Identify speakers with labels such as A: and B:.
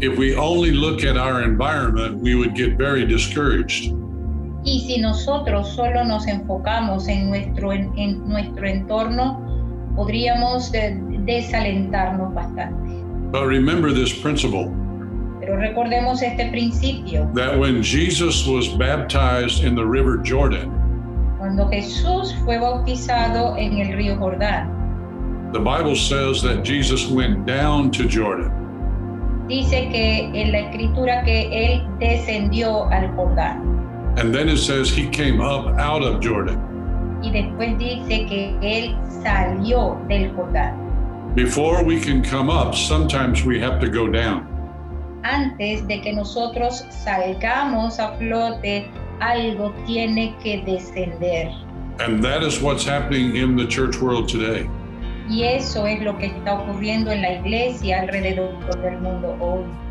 A: If we only look at our environment, we would get very discouraged.
B: Y si nosotros solo nos enfocamos en nuestro, en, en nuestro entorno, podríamos eh, desalentarnos bastante.
A: But remember this principle
B: Pero recordemos este principio.
A: that when Jesus was baptized in the river Jordan,
B: Cuando Jesús fue bautizado en el río Jordán,
A: the Bible says that Jesus went down to Jordan.
B: dice que en la escritura que él descendió al Jordán
A: And then it says he came up out of Jordan.
B: y después dice que él salió del Jordán.
A: Before we can come up, sometimes we have to go down.
B: Antes de que nosotros salgamos a flote, algo tiene que descender.
A: And that is what's happening in the church world today.
B: Y eso es lo que está ocurriendo en la iglesia alrededor del mundo hoy.